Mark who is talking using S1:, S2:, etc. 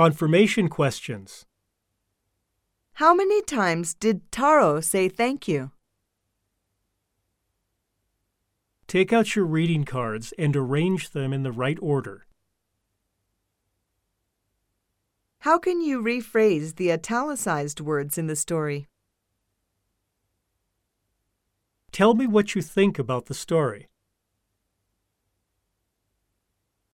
S1: Confirmation questions.
S2: How many times did Taro say thank you?
S1: Take out your reading cards and arrange them in the right order.
S2: How can you rephrase the italicized words in the story?
S1: Tell me what you think about the story.